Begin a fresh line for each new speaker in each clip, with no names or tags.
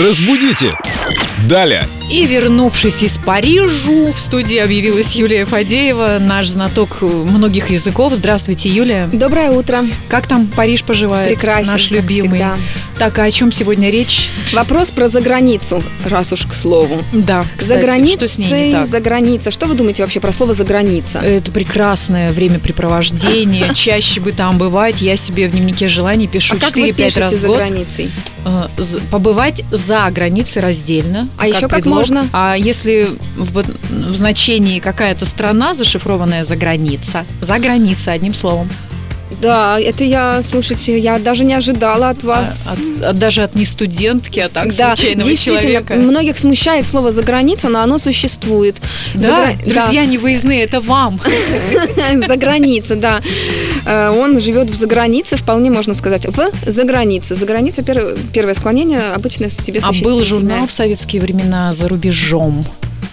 Разбудите! Далее!
И вернувшись из Парижу, в студии объявилась Юлия Фадеева, наш знаток многих языков. Здравствуйте, Юлия.
Доброе утро.
Как там Париж поживает?
Прекрасен,
Э, Наш
как
любимый.
всегда.
Так, а о чем сегодня речь?
Вопрос про заграницу, раз уж к слову.
Да,
За
кстати, что
границей,
с ней не так? Э,
за граница. Что вы думаете вообще про слово за граница?
Это прекрасное времяпрепровождение. Чаще бы там бывать. Я себе в дневнике желаний пишу
а как вы
4-5
пишете
раз в
за
год.
границей?
Э, з- Побывать за границей раздельно.
А еще как
предлог.
можно?
А если в, бо- в значении какая-то страна, зашифрованная за граница, за граница, одним словом,
Да, это я, слушайте, я даже не ожидала от
А,
вас.
от- от- даже от не студентки, а так
да,
случайного
действительно,
человека.
многих смущает слово за граница, но оно существует. За
Да,
гра-
друзья не выездные, это вам.
За граница, да. Э, Он живет в загранице, вполне можно сказать. В загранице. Заграница пер- первое склонение обычно себе
А
существительное.
был журнал в советские времена за рубежом.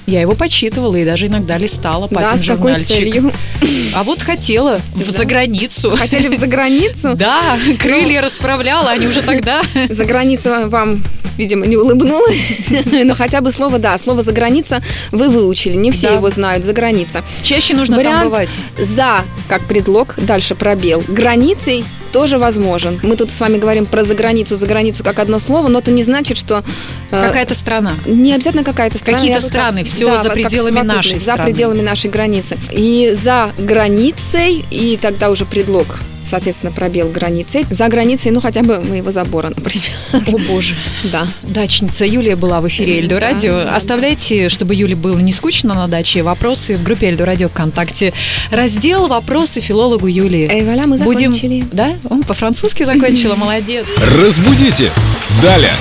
Я его почитывала и даже иногда листала папин
Да, с какой
журнальчик.
целью?
А вот хотела в
Да. Ну.
заграницу.
Хотели в заграницу?
Да, крылья расправляла, они уже тогда.
За граница вам, видимо, не улыбнулась. Но хотя бы слово, да, слово за граница вы выучили. Не все
Да.
его знают. За граница.
Чаще нужно там
Вариант
бывать.
за как предлог, дальше пробел. Границей тоже возможен. Мы тут с вами говорим про за границу, за границу как одно слово, но это не значит, что э,
Какая-то страна.
Не обязательно какая-то страна.
Какие-то
я бы
страны, всё
да,
за
вот как
пределами
совокупность,
нашей
За
страны.
пределами нашей границы. И за границей, и тогда уже предлог, соответственно, пробел границей. За границей, ну, хотя бы моего забора, например.
О боже.
Да.
Дачница Юлия была в эфире Эльдо
Да,
Радио.
да,
Оставляйте, чтобы Юле было не скучно на даче, вопросы в группе Эльдо Радио ВКонтакте. Раздел «Вопросы филологу Юлии».
Эй, валя, Э, мы
Будем...
закончили.
Да? Он по-французски закончила, молодец.
Разбудите! Далее!